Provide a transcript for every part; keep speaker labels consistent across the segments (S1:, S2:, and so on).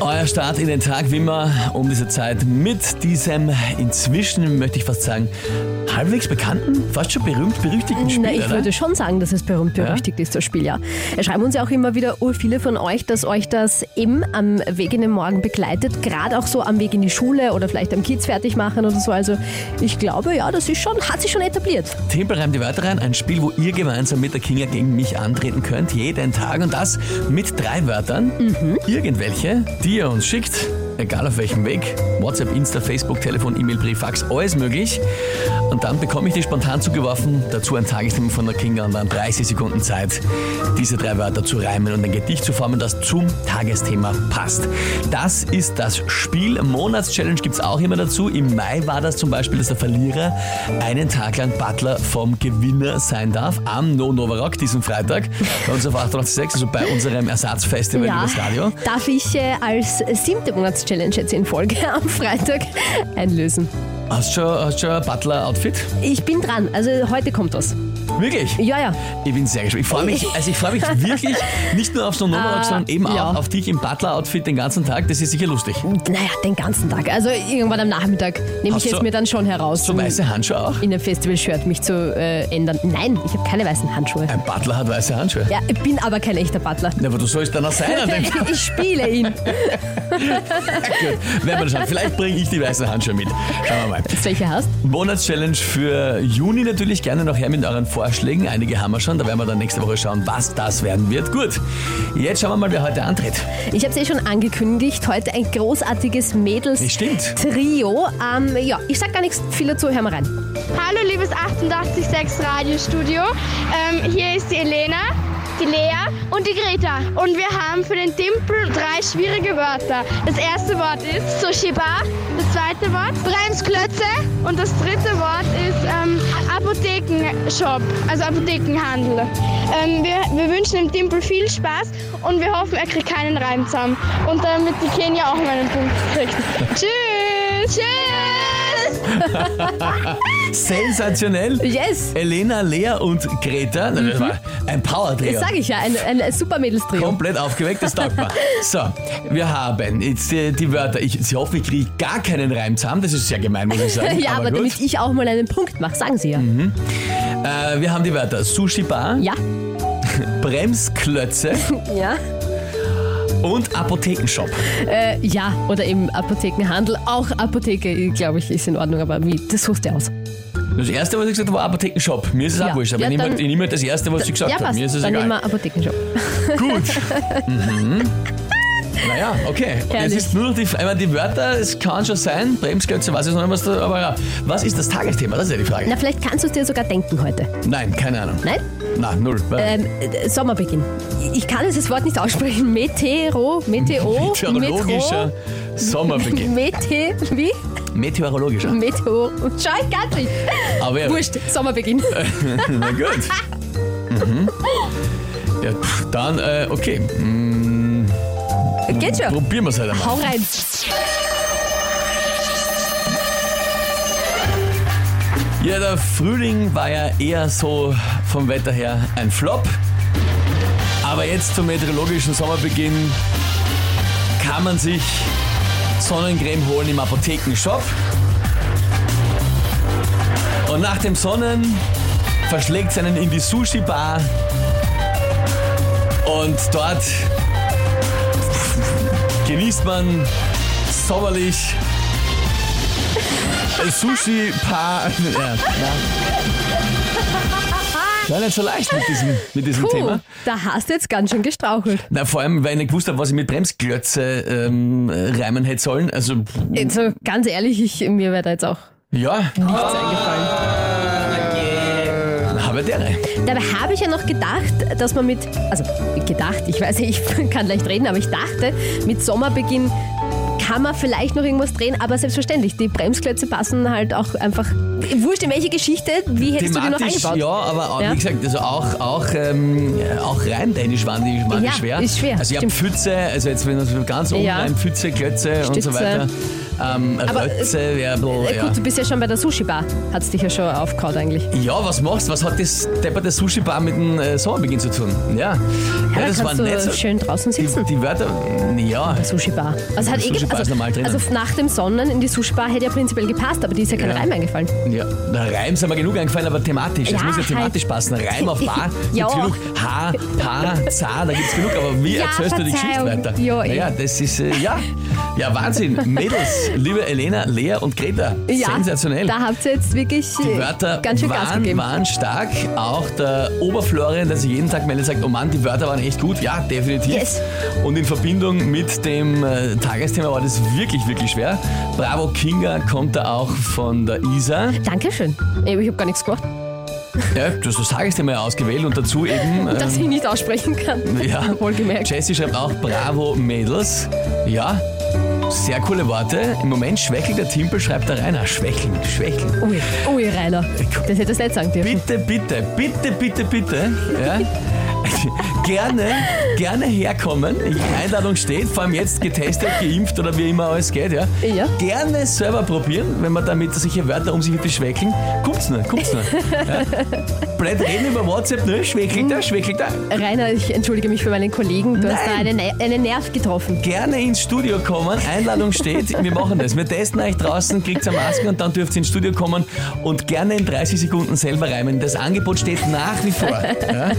S1: Euer Start in den Tag, wie immer, um diese Zeit mit diesem inzwischen, möchte ich fast sagen, halbwegs bekannten, fast schon berühmt-berüchtigten Spiel. ne?
S2: Na, ich
S1: oder?
S2: würde schon sagen, dass es berühmt-berüchtigt ist, das Spiel, ja. Es schreiben uns ja auch immer wieder ur viele von euch, dass euch das eben am Weg in den Morgen begleitet, gerade auch so am Weg in die Schule oder vielleicht am Kids fertig machen oder so. Also ich glaube, ja, das ist schon, hat sich schon etabliert.
S1: Tempel reimt die Wörter rein, ein Spiel, wo ihr gemeinsam mit der Kinga gegen mich antreten könnt, jeden Tag und das mit drei Wörtern,
S2: Mhm.
S1: irgendwelche, die ihr uns schickt, egal auf welchem Weg, WhatsApp, Insta, Facebook, Telefon, E-Mail, Brief, Fax, alles möglich. Und dann bekomme ich die spontan zugeworfen, dazu ein Tagesthema von der Kinga und dann 30 Sekunden Zeit, diese drei Wörter zu reimen und ein Gedicht zu formen, das zum Tagesthema passt. Das ist das Spiel. Monatschallenge gibt es auch immer dazu. Im Mai war das zum Beispiel, dass der Verlierer einen Tag lang Butler vom Gewinner sein darf, am No Nova Rock diesen Freitag, bei uns auf 886, also bei unserem Ersatzfestival
S2: ja,
S1: übers Radio.
S2: darf ich äh, als siebte Monatschallenge jetzt in Folge am Freitag einlösen.
S1: Hast du schon, hast schon ein Butler-Outfit?
S2: Ich bin dran, also heute kommt was.
S1: Wirklich?
S2: Ja, ja.
S1: Ich bin sehr gespannt. Ich freue mich, also ich freue mich wirklich nicht nur aufs Nonomarok,
S2: Oh. Ah,
S1: sondern eben
S2: ja.
S1: auch auf dich im Butler-Outfit den ganzen Tag. Das ist sicher lustig.
S2: Naja, den ganzen Tag. Also irgendwann am Nachmittag nehme
S1: Hast
S2: ich es
S1: du-
S2: mir dann schon heraus.
S1: So
S2: um
S1: weiße Handschuhe auch.
S2: in einem Festival-Shirt mich zu äh, ändern. Nein, ich habe keine weißen Handschuhe.
S1: Ein Butler hat weiße Handschuhe.
S2: Ja, ich bin aber kein echter Butler.
S1: Na, aber du sollst dann auch sein an dem
S2: Ich spiele ihn.
S1: Gut, werden wir schauen. Vielleicht bringe ich die weißen Handschuhe mit. Schauen wir mal.
S2: Welche hast?
S1: Monatschallenge für Juni natürlich gerne noch her mit euren Vorschlägen. Einige haben wir schon. Da werden wir dann nächste Woche schauen, was das werden wird. Gut, jetzt schauen wir mal, wer heute antritt.
S2: Ich habe es eh schon angekündigt. Heute ein großartiges
S1: Das
S2: Mädels.
S1: stimmt.
S2: Trio. Ähm, ja, ich sag gar nichts viel dazu, hör mal rein.
S3: Hallo, liebes 886 Radiostudio. Ähm, hier ist die Elena, die Lea und die Greta. Und wir haben für den Dimpel drei schwierige Wörter. Das erste Wort ist Sushi Bar, das zweite Wort Bremsklötze und das dritte Wort ist ähm, Apothekenshop, also Apothekenhandel. Ähm, wir, wir wünschen dem Dimpel viel Spaß und wir hoffen, er kriegt keinen Reim zusammen. Und damit die Kenia auch mal einen Punkt kriegt. Tschüss! Tschüss!
S1: Sensationell.
S2: Yes!
S1: Elena, Lea und Greta. Na, Das war ein Power-Trio.
S2: Das sage ich ja, ein, ein super Mädels-Trio.
S1: Komplett aufgeweckt, das taugt mir. So, wir haben jetzt die, die Wörter. Ich, ich hoffe, ich kriege gar keinen Reim zusammen. Das ist sehr gemein, muss ich sagen.
S2: Ja, aber,
S1: gut. Mhm.
S2: damit ich auch mal einen Punkt mache, sagen Sie ja.
S1: Äh, wir haben die Wörter Sushi Bar,
S2: Ja?
S1: Bremsklötze
S2: Ja?
S1: und Apothekenshop.
S2: Äh, ja, oder eben Apothekenhandel. Auch Apotheke, glaube ich, ist in Ordnung, aber wie? Das suchst du aus.
S1: Das erste, was ich gesagt habe, war Apothekenshop. Mir ist es auch
S2: Ja.
S1: wurscht, aber
S2: Ja,
S1: ich nehme
S2: dann-
S1: halt- ich nehme halt das erste, was ich gesagt
S2: ja,
S1: habe.
S2: passt.
S1: Mir ist es
S2: Dann nehmen
S1: egal.
S2: wir Apothekenshop.
S1: Gut. mhm. Naja, okay. Und Jetzt
S2: Herrlich.
S1: ist nur noch die, einmal die Wörter, es kann schon sein, Bremsklötze, weiß ich noch nicht, was da, aber ja. Was ist das Tagesthema? Das ist ja die Frage.
S2: Na, vielleicht kannst du es dir sogar denken heute.
S1: Nein, keine Ahnung.
S2: Nein?
S1: Nein, null.
S2: Ähm, äh, Sommerbeginn. Ich kann jetzt das Wort nicht aussprechen. Metero, Meteo,
S1: Meteorologischer
S2: Metro,
S1: Sommerbeginn.
S2: Mete, wie?
S1: Meteorologischer.
S2: Meteo. Schau, ich kann nicht.
S1: Aber ja,
S2: Wurscht, Sommerbeginn.
S1: Äh, na gut. mhm. Ja, pff, dann, äh, okay. Mm,
S2: Geht schon.
S1: probieren wir es halt einmal.
S2: Hau rein.
S1: Ja, der Frühling war ja eher so vom Wetter her ein Flop. Aber jetzt zum meteorologischen Sommerbeginn kann man sich Sonnencreme holen im Apothekenshop. Und nach dem Sonnen verschlägt es einen in die Sushi-Bar. Und dort genießt man sommerlich ein Sushi-Paar. Ja, ja. War nicht so leicht mit diesem, mit diesem
S2: Puh,
S1: Thema.
S2: da hast du jetzt ganz schön gestrauchelt.
S1: Na, vor allem, weil ich nicht gewusst habe, was ich mit Bremsklötze ähm, reimen hätte sollen. Also,
S2: Also ganz ehrlich, ich, mir wäre da jetzt auch
S1: ja,
S2: nichts eingefallen.
S1: dann habe ich der rein.
S2: Dabei habe ich ja noch gedacht, dass man mit, also gedacht, ich weiß nicht, ich kann leicht reden, aber ich dachte, mit Sommerbeginn kann man vielleicht noch irgendwas drehen, aber selbstverständlich, die Bremsklötze passen halt auch einfach, wurscht in welche Geschichte, wie hättest du die noch
S1: Thematisch,
S2: eingebaut?
S1: ja, aber auch,
S2: Ja.
S1: wie gesagt, also auch, auch, ähm, auch reimtechnisch waren die, waren
S2: Ja,
S1: die schwer.
S2: ist schwer,
S1: Also, ich habe
S2: stimmt.
S1: Pfütze, also jetzt, wenn das ganz oben
S2: Ja.
S1: rein, Pfütze, Klötze und so
S2: Stütze.
S1: weiter. Ähm,
S2: Aber, äh,
S1: Rötze wäre ein bisschen,
S2: Äh,
S1: ja.
S2: Gut, du bist ja schon bei der Sushi-Bar. Hat es dich ja schon aufgehauen eigentlich.
S1: Ja, was machst du? Was hat das depperte Sushi-Bar mit dem äh, Sommerbeginn zu tun? Ja,
S2: Ja,
S1: das
S2: da kannst du
S1: so-
S2: schön draußen
S1: Die,
S2: sitzen.
S1: die Wörter, ja,
S2: Sushi-Bar. Also, hat eh
S1: Sushi-Bar
S2: also,
S1: ist normal drinnen.
S2: also nach dem Sonnen in die Sushi-Bar hätte ja prinzipiell gepasst, aber die ist ja kein
S1: Ja.
S2: Reim eingefallen.
S1: ja, der Reim sind mir genug eingefallen, aber thematisch. Es
S2: Ja,
S1: muss ja
S2: halt.
S1: thematisch passen. Reim auf Bar
S2: Ja.
S1: gibt's genug. Ha, Pa, Za, da gibt's genug. Aber wie
S2: Ja,
S1: erzählst du die Geschichte
S2: Verzeihung.
S1: weiter?
S2: Ja, eh.
S1: naja, das ist, äh, ja. Ja, Wahnsinn. Mädels, liebe Elena, Lea und Greta. Sensationell.
S2: Da habt ihr jetzt wirklich
S1: Die
S2: äh,
S1: Wörter
S2: ganz schön Gas
S1: waren,
S2: gegeben.
S1: waren stark. Auch der Oberflorian, der sich jeden Tag meldet, sagt, oh Mann, die Wörter waren echt gut. Ja, definitiv.
S2: Yes.
S1: Und in Verbindung mit dem äh, Tagesthema war das wirklich, wirklich schwer. Bravo Kinga kommt da auch von der Isa.
S2: Dankeschön. Ich habe gar nichts gemacht,
S1: Ja, du hast das Tagesthema ja ausgewählt und dazu eben... äh,
S2: dass ich nicht aussprechen kann.
S1: ja,
S2: Wohlgemerkt.
S1: Jessie schreibt auch Bravo Mädels. Ja, sehr coole Worte. Im Moment schwächelt der Timpel, schreibt der Rainer. Schwächeln, schwächeln.
S2: Ui, ui, Oh Rainer. Das hätte ich nicht sagen dürfen.
S1: Bitte, bitte, bitte, bitte, bitte. Ja? gerne, gerne herkommen. Die Einladung steht, vor allem jetzt getestet, geimpft oder wie immer alles geht. Ja?
S2: Ja.
S1: Gerne selber probieren, wenn man damit solche Wörter um sich wirklich schwächeln. Kommt's nur, kommt's nur. Ja? Blöd reden über WhatsApp, ne? Schwächelt da, schwächelt da.
S2: Rainer, ich entschuldige mich für meinen Kollegen. Du hast da
S1: Nein.
S2: einen, einen Nerv getroffen.
S1: Gerne ins Studio kommen, Einladung steht, wir machen das. Wir testen euch draußen, kriegt eine Maske und dann dürft ihr ins Studio kommen und gerne in 30 Sekunden selber reimen. Das Angebot steht nach wie vor. Ja?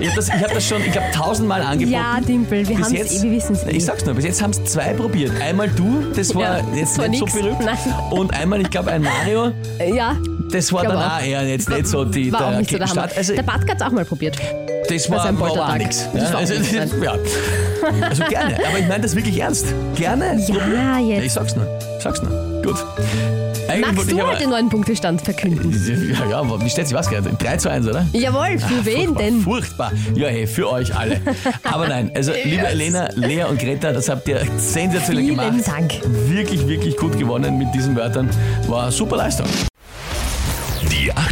S1: Ich habe das, ich hab das schon, ich glaube, tausendmal angeboten.
S2: Ja, Dimpel, wir
S1: Bis
S2: haben
S1: jetzt,
S2: es eh, wir wissen es eh.
S1: ich sag's nur, bis jetzt haben es zwei probiert. Einmal du, das war
S2: Ja,
S1: jetzt
S2: das war
S1: nicht so
S2: nix.
S1: berühmt.
S2: Nein.
S1: Und einmal, ich glaube, ein Mario,
S2: ja,
S1: das war
S2: Glaub
S1: dann
S2: auch.
S1: auch eher jetzt nicht so die
S2: war auch nicht so der Hammer.
S1: Gegenstand. Also,
S2: der Bart hat es auch mal probiert.
S1: das war,
S2: Also ein
S1: war auch
S2: Poltertag.
S1: nix.
S2: Das
S1: Ja,
S2: war auch
S1: also,
S2: nix, nein.
S1: ja. also gerne, aber ich meine das wirklich ernst. Gerne.
S2: Ja,
S1: Ich
S2: jetzt.
S1: sag's nur. Sag's nur. Gut. Eigentlich
S2: Magst
S1: wollte
S2: du
S1: ich aber-
S2: heute den neuen Punktestand verkünden?
S1: ja, ja, wie stellt sich was gerade? 3 zu 1, oder?
S2: Jawohl, für wen
S1: Furchtbar,
S2: denn?
S1: Furchtbar. Ja, hey, für euch alle. Aber nein, also liebe Elena, Lea und Greta, das habt ihr sensationell
S2: Vielen
S1: gemacht.
S2: Dank.
S1: Wirklich, wirklich gut gewonnen mit diesen Wörtern. War super Leistung.
S4: Die